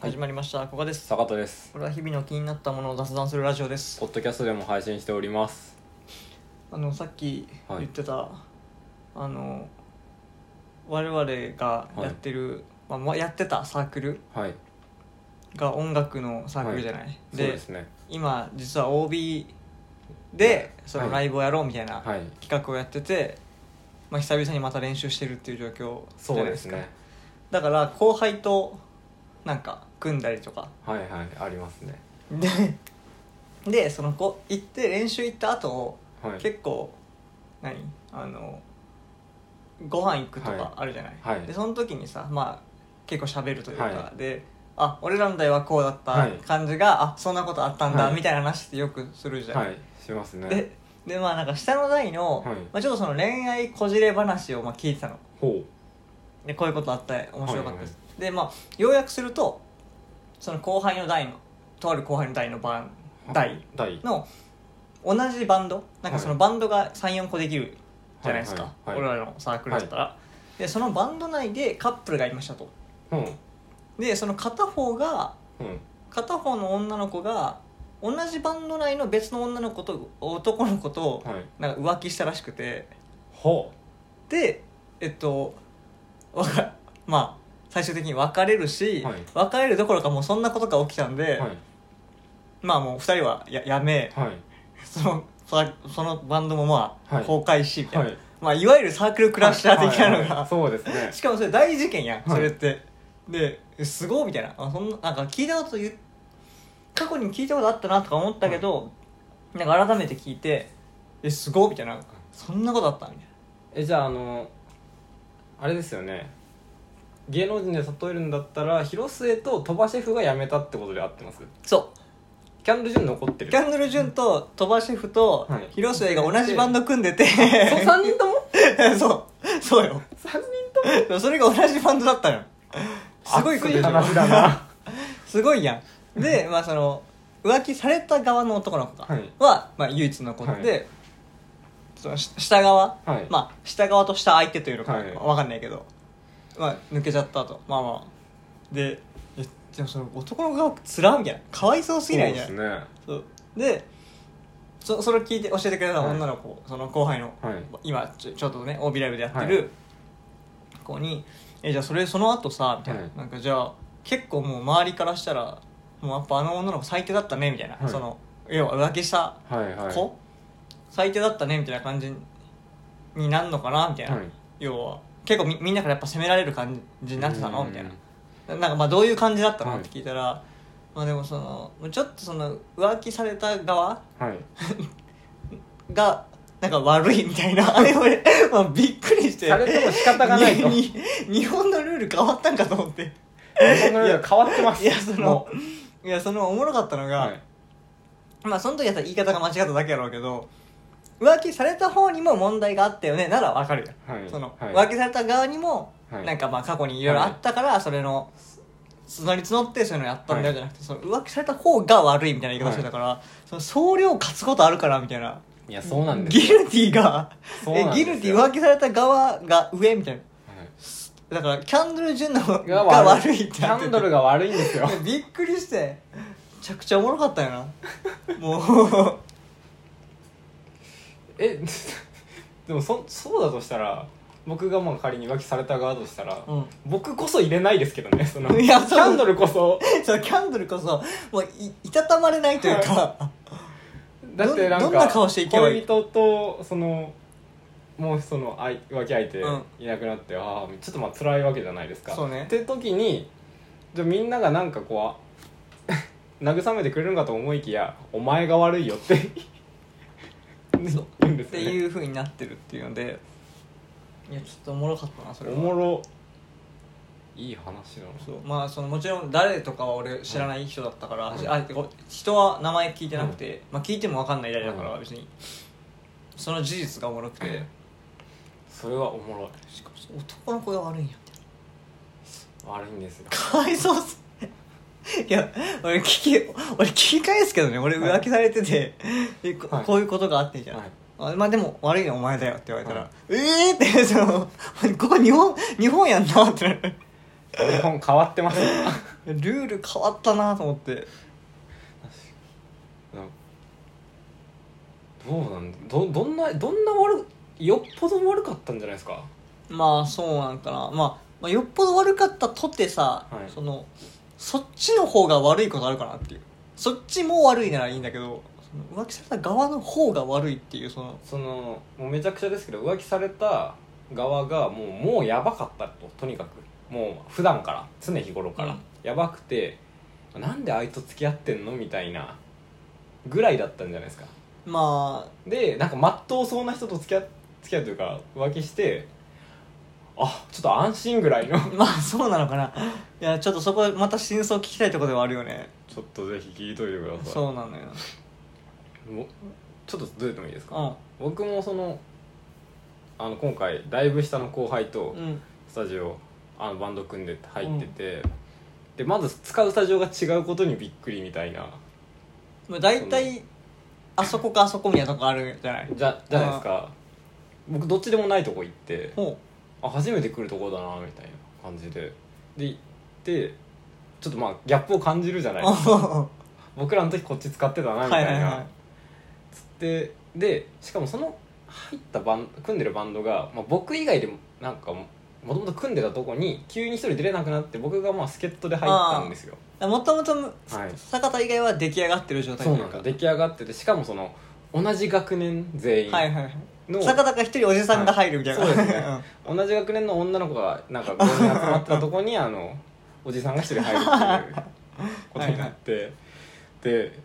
始まりましたここです坂田ですこれは日々の気になったものを雑談するラジオですポッドキャストでも配信しておりますあのさっきはい言ってた、あの我々がやってる、まあまあ、やってたサークルはいが音楽のサークルじゃない、そうでですね今実は OB でそのライブをやろうみたいなはい企画をやってて、まあ、久々にまた練習してるっていう状況じゃそなういでですすかねだから後輩となんか組んだりとかはいはいありますねででその子行って練習行った後はい結構何あのご飯行くとはいかあるじゃない、はいでその時にさまあ結構喋るというか、はであ俺らの代はこうだっはたい感じが、あそんなことあったんだ、はいみたいな話ってよくするじゃん、はいしますねででまあなんか下の代の、はいまあ、ちょっとその恋愛こじれ話をまあ聞いてたのほでこういうことあった面白かったです、はでまあ要約するとその後輩の代のとある後輩の代の番う代大の同じバンドなんかそのはいバンドが34個できるじゃないですか、はいはいはい俺らのサークルだったら、でそのバンド内でカップルがいましたとうんうんでその片方が片方の女の子が同じバンド内の別の女の子と男の子とはいなんか浮気したらしくてほでえっとわかまあ最終的に別れるし、はい別れるどころかもうそんなことが起きたんうで、はいまあもう2人はややめはいそのさそのバンドもまあはい崩壊しみたいな、はいまあ、いわゆるサークルクラッシャー的なのが、はいはいはいそうですねしかもそれ大事件やん、はいそれってでえすごいみたいなあそんななんか聞いたこと言う過去に聞いたことあったなとか思ったけど、なんか改めて聞いてえすごいみたいなそんなことあったみたいえじゃああのあれですよね芸能人で例えるんだったら広末と鳥羽シェフが辞めたってことで合ってますなそキャンドル・ジュン残ってうるキャンドル・ジュンと鳥羽シェフとはい広末が同じバンド組んでて、そう3人とも そうそうよ3人ともでもそれが同じバンドだったのよすごいことでしょ話だな すごいやんでまあその浮気された側の男の子がはいは、まあ、唯一の子で、はいそのし下側、はいまあ下側と下相手というのか、はいわかんないけど、まあ、抜けちゃったとまあまあでえでもその男の子がつらみたいなかわいそうすぎないじゃんそうですねそうでそそれを聞いて教えてくれたはい女の子、その後輩の、はい今ちょちょっとね OB ライブでやってはる子に「えじゃあそれその後さ」みたいな,、はいなんかじゃあ結構もう周りからしたらもうやっぱあの女の子最低だったねみたいな、はいその要は浮気したはいはい子、最低だったねみたいな感じになんのかなみたいな、はい要は結構みみんなからやっぱ責められる感じになってたのうんみたいななんかまあどういう感じだったのはいって聞いたら、まあでもそのちょっとその浮気された側はいがなんか悪いみたいな あれ俺、まあ、びっくりしてされても仕方がないと にに日本のルール変わったんかと思 ってそのルール変わってますいやそのもいやそのおもろかったのうが、はいまあその時はさ言い方が間違っただけやろうけど浮気された方にも問題があったよねならわかるやんはいその、はい浮気された側にも、はいなんかまあ過去にいろいろあったから、それの募り募ってそういうのやったんだよじゃなくて、その浮気された方が悪いみたいな言い方してたから、その総量勝つことあるからみたいないやそうなんですギルティが そうえなんですギよルティ浮気された側が上みたいなはだいからキャンドル・ジュンの方がが悪悪いいってキなャっててンドルが悪いんですよびっくりしてめちゃくちゃおもろかったよ なもえ でもそそうだとしたら僕がまあ仮に浮気された側としたら、う、うん、僕こそ入れないですけどねそのいやキそうャンドルこそそのキャンドルこそもういいたたまれないというかだってなんかどんな顔していけばいい恋人とそのもうその相浮気相手うんいなくなって、ああちょっとまあ辛いわけじゃないですかそうねって時にじゃあみんながなんかこう あ慰めてくれるのかと思いきや「お前が悪いよ」ってそう言うんでっすてよ、ね、いうふうになってるっていうのでいやちょっとおもろかったなそれおはもろいい話だなそうまあそのもちろん誰とかは俺知らない人だったから、うんあてか人は名前聞いてなくて、まあ、聞いても分かんない誰だからうん別にその事実がおもろくて、それはおもろいしかも男の子が悪いんやって悪いんですよかわいそうっすいや俺聞き俺聞き返すけどね俺はい浮気されてて、えこはいこういうことがあってんじゃん、はいあまあでも悪いのはお前だよって言われたら、はええー、ってそのここ日本日本やんなってなる日本変わってますよルール変わったなと思ってなどうなんだどどんなどんな悪よっぽど悪かったんじゃないですかまあそうなんかな、まあ、まあよっぽど悪かったとってさ、はいそのそっちの方が悪いことあるかなっていうそっちも悪いならいいんだけどその浮気された側の方が悪いっていうそのそのもうめちゃくちゃですけど浮気された側がもうもうやばかったととにかくもう普段から常日頃から、うんやばくてなんであいつと付き合ってんのみたいなぐらいだったんじゃないですかまあ でなんかまっとうそうな人と付き合付き合うというか浮気してあちょっと安心ぐらいのまあそうなのかないやちょっとそこまた真相聞きたいところではあるよね ちょっとぜひ聞いといてくださいそうなのよもちょっとどうやってもいいですか、うん僕もそのあの今回だいぶ下の後輩とうんスタジオあのバンド組んで入ってて、でまず使うスタジオが違うことにびっくりみたいなまあ大体あそこかあそこみたいなとこあるじゃないじゃじゃないですか僕どっちでもないとこ行ってほあ初めて来るとこだなみたいな感じでで行ってちょっとまあギャップを感じるじゃうない ですかは僕らの時こっち使ってたないみ たはいいな、はつってでしかもその入ったバン組んでるバンドが、まあ、僕以外でもなんかももともと組んでたとこに急に一人出れなくなって僕がまあ助っ人で入ったんですよいもともとはい坂田以外は出来上がってる状態そとういなんかか出来上がっててしかもその同じ学年全員はいはいはいの、坂田が一人おじさんが入るみたいな、はいそうですねん同じ学年の女の子がなんか5人集まったと こにあのおじさんが一人入るっていうことになってで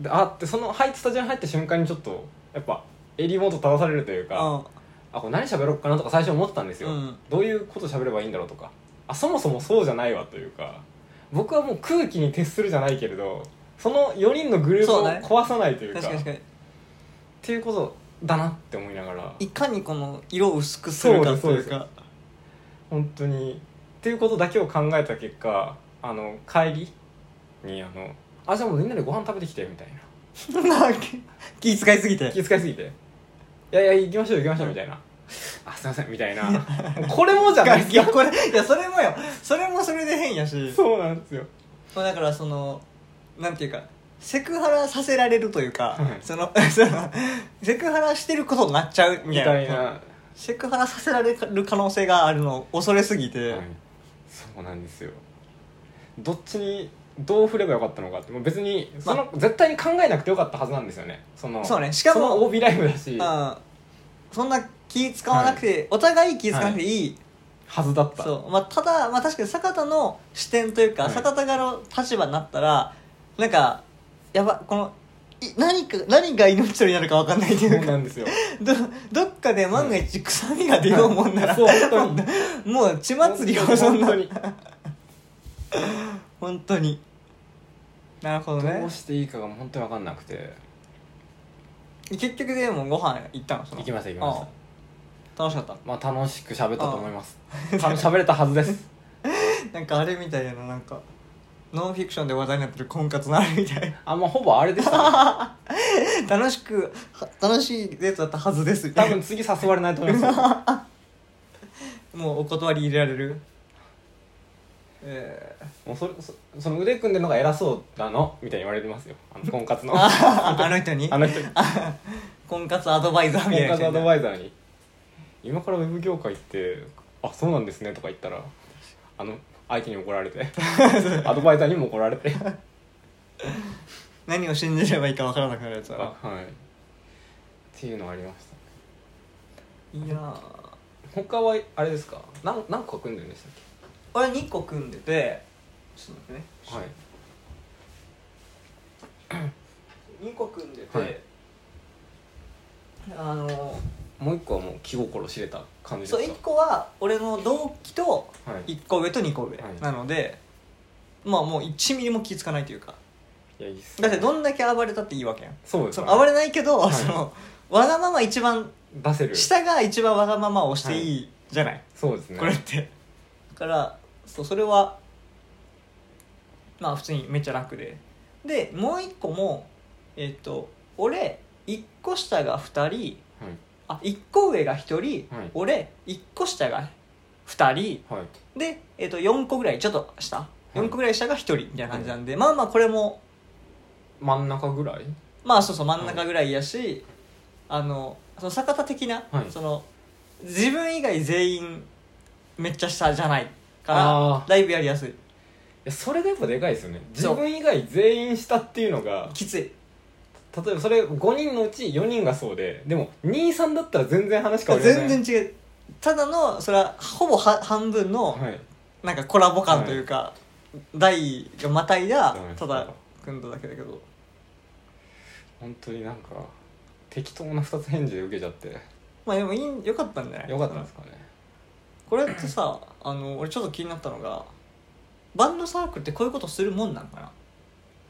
であってその入ってスタジオに入った瞬間にちょっとやっぱ襟元正されるというか、あこれ何喋ろうかなとか最初思ってたんですよ、うんどういうこと喋ればいいんだろうとかあそもそもそうじゃないわというか僕はもう空気に徹するじゃないけれどその4人のグループそうをね、壊さないといううんか確かに確かにっていうことだなって思いながらいかにこの色を薄くするかとそういでうすそうか本当にっていうことだけを考えた結果あの帰りにあの「あじゃあもうみんなでご飯食べてきて」みたいななんか気遣いすぎて気遣いすぎて「いやいや行きましょう行きましょう」みたいな「あすいません」み たいなこれもじゃないいやこれいやそれもよそれもそれで変やしそうなんですよまあだからそのなんていうかセクハラさせられるというか、はいその そのセクハラしてることになっちゃうみみたいなたいなセクハラさせられる可能性があるのを恐れすぎて、はいそうなんですよどっちにどう振ればよかったのかってもう別にその、絶対に考えなくてよかったはずなんですよねそのそうねしかもその OB ライブだしうんそんな気使わなくて、お互い気使わなくていい、はずだったそう、まあ、ただ、まあ、確かに坂田の視点というか、はい坂田側の立場になったらなんかやばこのい何か何が命取りになるか分かんないとそいううなかんですよ どどっかで万が一臭みが出ようもんなら、そう本当 にもう血祭りをそんな本本当になるほど当にどねうしていいかが本当に分かんなくて結局でもご飯行ったのその行きました行きましたた楽しかっまあ楽しく喋ったと思いますた喋れたは ずですたなんかあれみたいななんかノンフィクションで話題になってる婚活のあれみたいなあんまあほぼあれでしたね 楽しくは楽しいデートだったはずですみた多いな分次誘われないと思い まもうお断り入れられるえー、すもうそれそその腕組んでるのが偉そうだのみたいに言われてますよあの 婚活のあ ああの人にの人に婚活アドバイザーみた婚いな活人アにドバイザーに「今からウェブ業界ってあそうなんですね」とか言ったらあの相手に怒られ てアドバイザーにも怒られて何を信じればいいか分からなくなるやつだあなはいっていうのがありましたいやー他はあれですか何何個か組んでるんでしたっ俺2個組んでてちょっと待ってねけはい2個組んでて、はいあのもう一個はもう気心知れた感じそうです1個は俺の同期とかはいい1個上と2個上はいなので、まあもう1ミリも気付かないというかやいいっすねだってどんだけ暴れたっていいわけやんそうですそねの暴れないけど、はいそのわがまま一番出せる下が一番わがままをしていいじゃない、そうですねこれってだからそうそれはまあ普通にめっちゃ楽ででもう一個もえっ、と俺一個下が2人はいあ一個上が1人、はい俺一個下が2人はいで、えっと4個ぐらいちょっと下4個ぐらい下が1人みたいな感じなんで、まあまあこれも真ん中ぐらいまあそうそう真ん中ぐらいやし、あのその坂田的な、はいその自分以外全員めっちゃ下じゃないからあーライブやりやすいいやそれがやっぱでかいですよね自そう分以外全員したっていうのがきつい例えばそれ5人のうち4人がそうででも23だったら全然話変わりませ全ん然違うただのそれはほぼは半分のはいなんかコラボ感というか、台がまたいだはいただ組んだだけだけど本当になんか適当な2つ返事で受けちゃってまあでもいいよかったんじゃないよかったんですかねこれってさあの俺ちょっと気になったのがバンドサークルってこういうことするもんなんかな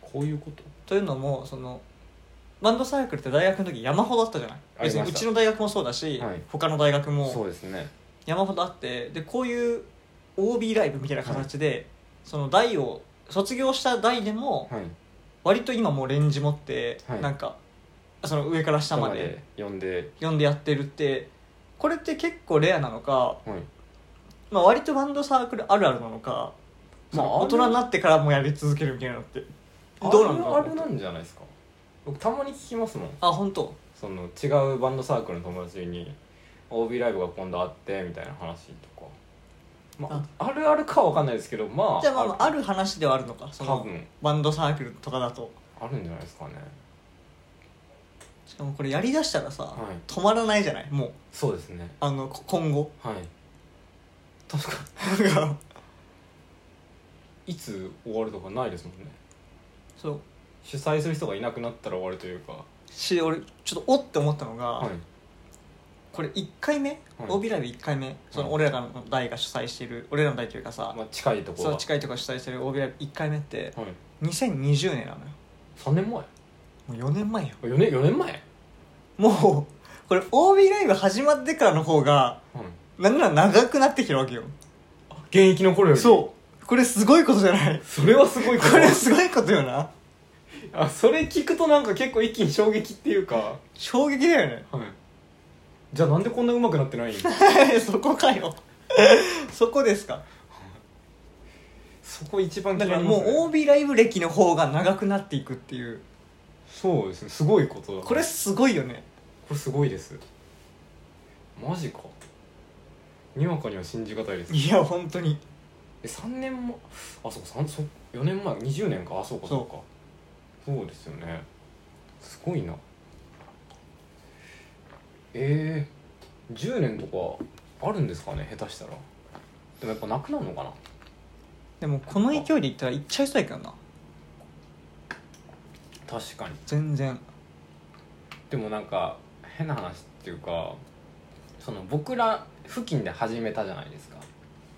こういうことというのもそのバンドサークルって大学の時山ほどあったじゃないありました別にうちの大学もそうだし、はい他の大学そうもですね山ほどあってでこういう OB ライブみたいな形で、その代を卒業した代でもはい割と今もうレンジ持って、はいなんかその上から下まで呼んで呼んでやってるってこれって結構レアなのか、はいまあ、割とバンドサークルあるあるなのか、そまあの大人になってからもやり続けるみたいなのってどどううななんだんだろろううあるあるなんじゃないですか僕たまに聞きますもんあ本当その違うバンドサークルの友達に OB ライブが今度あってみたいな話とか、まあ、あるあるかは分かんないですけどまあじゃあまあまああるる話ではあるのかそ多の分バンドサークルとかだとあるんじゃないですかねしかもこれやりだしたらさ、はい止まらないじゃないもうそうですねあのこ今後 はい確かいつ終わるとかないですもんねそう主催する人がいなくなったら終わるというかし俺ちょっとおって思ったのが、はいこれ1回目、OB ライブ1回目その俺らの代が主催してる俺らの代というかさ、まあ、近いところそうは近いとこ主催してる OB ライブ1回目ってはい、 2020年なのよ3年前もう4年前よ4年四年前、はい、もうこれ OB ライブ始まってからの方がなんなら長くなってきてるわけよ現役の頃よりそうこれすごいことじゃない それはすごいことこれすごいことよなあそれ聞くとなんか結構一気に衝撃っていうか衝撃だよね はいじゃあなんでこんな上手くなってない そこかよ そこですかそこ一番だ気にからなりもますうね OB ライブ歴の方が長くなっていくっていうそうですねすごいことだこれすごいよねこれすごいですマジかにわかには信じがたいですいや本当にえ3年もあそうか三そ4年前20年かあそうかそうかそうですよねすごいなえー、10年とかあるんですかね下手したらでもやっぱなくなるのかなでもこの勢いでいったらいっちゃいそうやけどな確かに全然でもなんか変な話っていうかその僕ら付近で始めたじゃないですか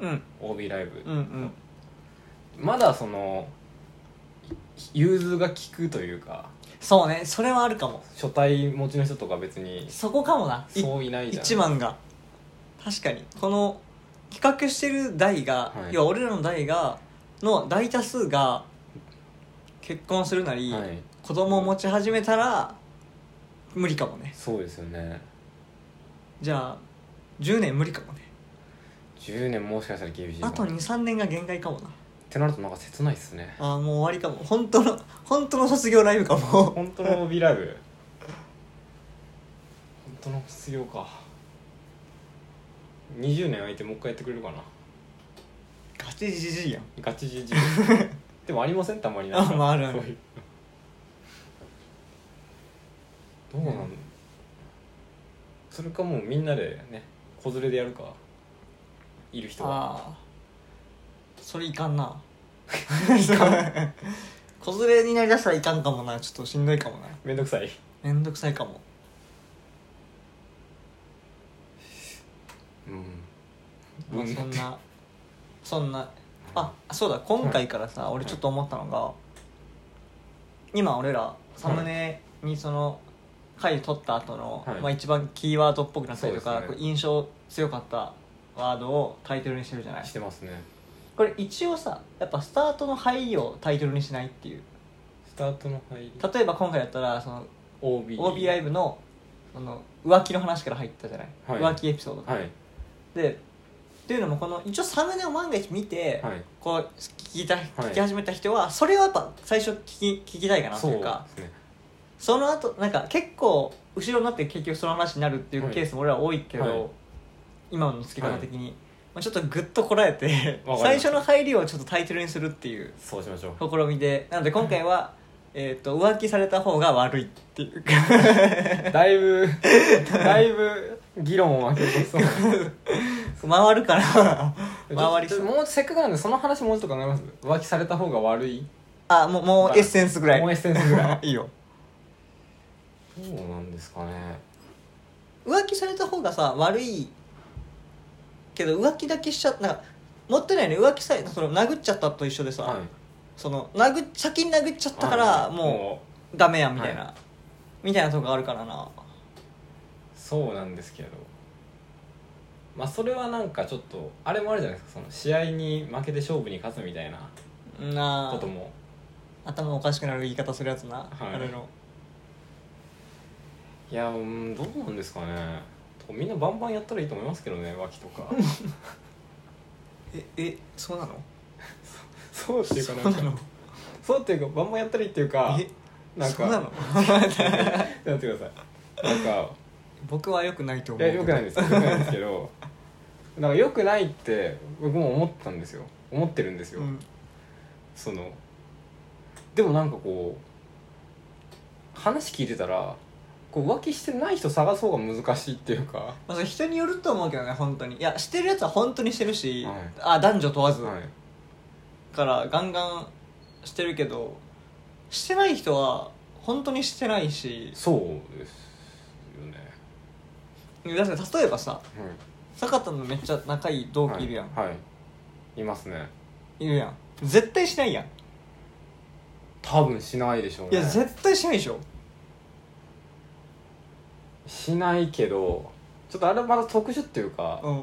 うん OB ライブ、うんうんまだその融通が利くというかそうねそれはあるかも初対持ちの人とか別にそこかもなそういないじゃん一番が確かにこの企画してる代が、はい要は俺らの代がの大多数が結婚するなり、はい子供を持ち始めたら無理かもねそうですよねじゃあ10年無理かもね10年もしかしたら厳しいかあもとっ23年が限界かもなてなるとなんか切ないっすねああもう終わりかも本当の本当の卒業ライブかも 本当の OB ライブ本当の卒業か20年空いてもう一回やってくれるかなガチじじいやんガチじ じいでもありませんたまにあまああるあるそういうどうなん、うんそれかもうみんなでね子連れでやるかいる人はああそれいかん な子連れになりだしたらいかんかもなちょっとしんどいかもなめんどくさいめんどくさいかもうんまあ、そんなそんなあそうだ今回からさ、俺ちょっと思ったのが、今俺らサムネにその回撮った後の、はいまあ、一番キーワードっぽくなったりとそか、うですこねう印象強かったワードをタイトルにしてるじゃないしてますねこれ一応さやっぱスタートの入りをタイトルにしないっていうスタートの入り例えば今回だったらその OB OB ライブのその浮気の話から入ったじゃない、はい浮気エピソードはいでっていうのもこの一応サムネを万が一見て、はいこう聞きた聞き始めた人は、それをやっぱ最初聞き聞きたいかなとそういでうかすねその後なんか結構後ろになって結局その話になるっていうケースも俺は多いけど、はい今の付け方的に、まあ、ちょっとグッとこらえてわか最りました初の入りをちょっとタイトルにするっていうそうしましょう試みでなので今回は、えー、と浮気された方が悪いっていうかだいぶ だいぶ議論を巻き起こ しそう回るから 回りちそょうもうせっかくなんでその話もうちょっと考えます浮気された方が悪いあもうもうエッセンスぐらいもうエッセン スぐら いいいよどうなんですかね浮気された方がさ悪いけど浮気だけしちゃなんか持ってないね浮気さえその殴っちゃったと一緒でさ、はいその殴っ先に殴っちゃったからはいもうダメやんみたいな、はみたいなとこあるからなそうなんですけどまあそれはなんかちょっとあれもあるじゃないですかその試合に負けて勝負に勝つみたいななことあも頭おかしくなる言い方するやつな、はいあれのいやうんどうなんですかねみんなバンバンやったらいいと思いますけどね浮気とかええそうなの そうっていうかそうなんなかのそうっていうかバンバンやったらいいっていうかえなんそうなかの やってくださいなん か僕はよくないとい思うやよくないですよくないですけどなんかよくないって僕も思ったんですよ思ってるんですよ、うんそのでもなんかこう話聞いてたらこう浮気してない人探そうが難しいっていうかまあ、それ人によると思うけどね本当にいやしてるやつは本当にしてるし、はいあ男女問わず、はいからガンガンしてるけどしてない人は本当にしてないしそうですよね、だって例えばさはい坂田のめっちゃ仲いい同期いるやん、はい、はいいますねい、るやん絶対しないやん多分しないでしょういねや絶対しないでしょしないけどちょっとあれまた特殊っていうか、うん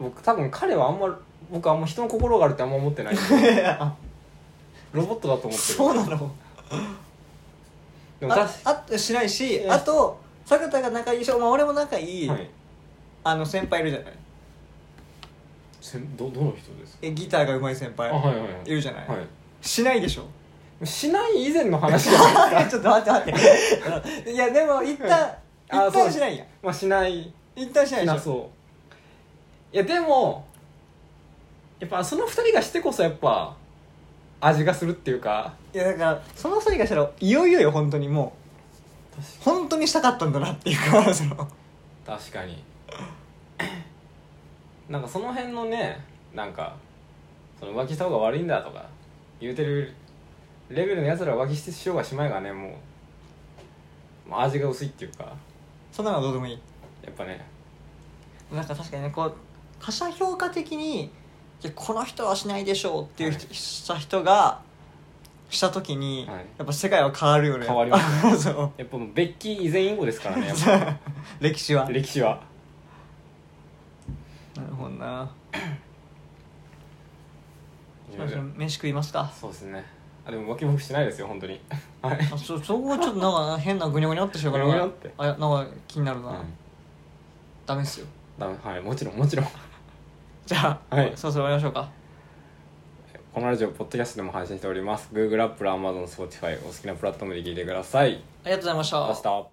僕多分彼はあんま僕あんま人の心があるってあんま思ってないんで ロボットだと思ってるそうなのでもあ確かあとしないしいやあと坂田が仲いいし、まあ、俺も仲いい、はいあの先輩いるじゃないせんどどの人ですかえギターが上手い先輩、あはいはいはいいるじゃないはしないでしょい、しない以前の話じゃ ないあちょっと待って待っていやでも一旦あ一そう旦しないやんまあしない一旦しないでしなしょそういやでもやっぱその二人がしてこそやっぱ味がするっていうかいやだからその二人がしたらいよいよよ本当にもう本当にしたかったんだなっていうかその確かに なんかその辺のねなんかその浮気した方が悪いんだとか言うてるレベルのやつらは浮気してしようがしまいがねもうもう味が薄いっていうかそんなのはどうでもいいやっぱねなんか確かにねこう他者評価的にいやこの人はしないでしょうっていう人、はした人がした時に、はいやっぱ世界は変わるよね変わりますね そうやっぱもうベッキー以前以後ですか らねやっ歴史はぱ歴史はなるほどなそろそろ飯食いますかそうですねあでも浮気もしないですよ本当にはいあそそこはちょっとなんか変なグニョグニョってしようからグニョグニョってあいやなんか気になるな、うんダメっすよだはいもちろんもちろんじゃあ、はいそろそろ終わりましょうかこのラジオポッドキャストでも配信しております Google アップル Amazon Spotify お好きなプラットフォームで聞いてくださいありがとうございました明日